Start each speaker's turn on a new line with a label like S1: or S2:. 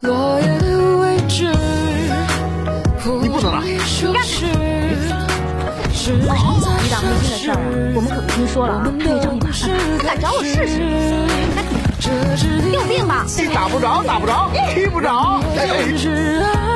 S1: 落叶的位置，
S2: 你不能拿啊
S1: 你干什么？
S3: 一档黑心的事儿啊，我们可不听说了啊，可以找你麻烦。
S1: 敢找我试试？你有病吧？
S2: 你打不着，打不着，踢不着。哎哎
S1: 是爱